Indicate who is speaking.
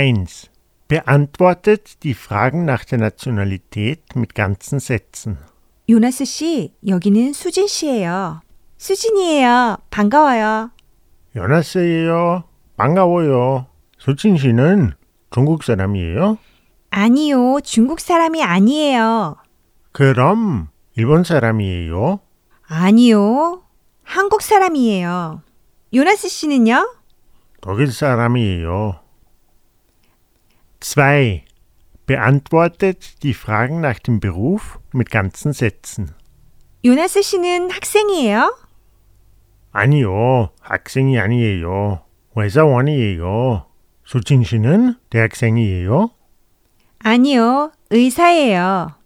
Speaker 1: 1. Beantwortet die Fragen nach der Nationalität mit ganzen Sätzen.
Speaker 2: 요나스 씨, 여기는 수진 씨예요. 수진이에요. 반가워요.
Speaker 1: 연하세요. 반가워요. 소진 씨는 중국 사람이에요?
Speaker 2: 아니요, 중국 사람이 아니에요.
Speaker 1: 그럼 일본 사람이에요?
Speaker 2: 아니요, 한국 사람이에요. 요나스 씨는요?
Speaker 1: 독일 사람이에요. 2. Beantwortet die Fragen nach dem Beruf mit ganzen Sätzen.
Speaker 2: 요나스 씨는 학생이에요?
Speaker 1: 아니요, 학생이 아니에요. 회사원이에요. 수진 씨는 대학생이에요?
Speaker 2: 아니요, 의사예요.